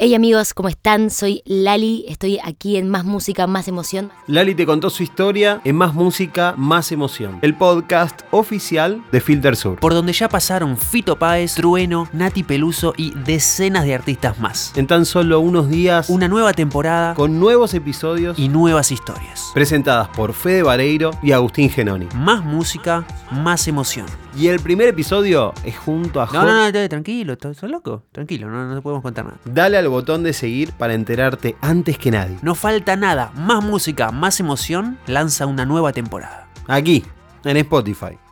Hey amigos, ¿cómo están? Soy Lali, estoy aquí en Más Música, Más Emoción. Lali te contó su historia en Más Música, Más Emoción, el podcast oficial de Filter Sur. por donde ya pasaron Fito Páez, Trueno, Nati Peluso y decenas de artistas más. En tan solo unos días, Una nueva temporada con nuevos episodios y nuevas historias. presentadas por Fede Vareiro y Agustín Genoni. Más música, más emoción. Y el primer episodio es junto a No, Jorge- no, no, te- tranquilo, to- sos loco, tranquilo, no, no te podemos contar nada. Dale al botón de seguir para enterarte antes que nadie. No falta nada, más música, más emoción, lanza una nueva temporada. Aquí, en Spotify.